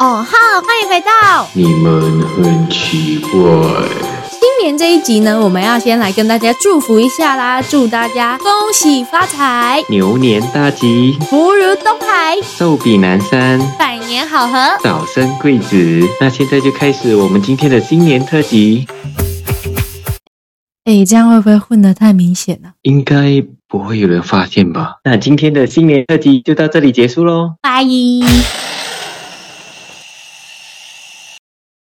哦哈，欢迎回到你们很奇怪。今年这一集呢，我们要先来跟大家祝福一下啦，祝大家恭喜发财，牛年大吉，福如东海，寿比南山，百年好合。早生贵子。那现在就开始我们今天的新年特辑，哎，这样会不会混得太明显了、应该不会有人发现吧？那今天的新年特辑就到这里结束喽。拜。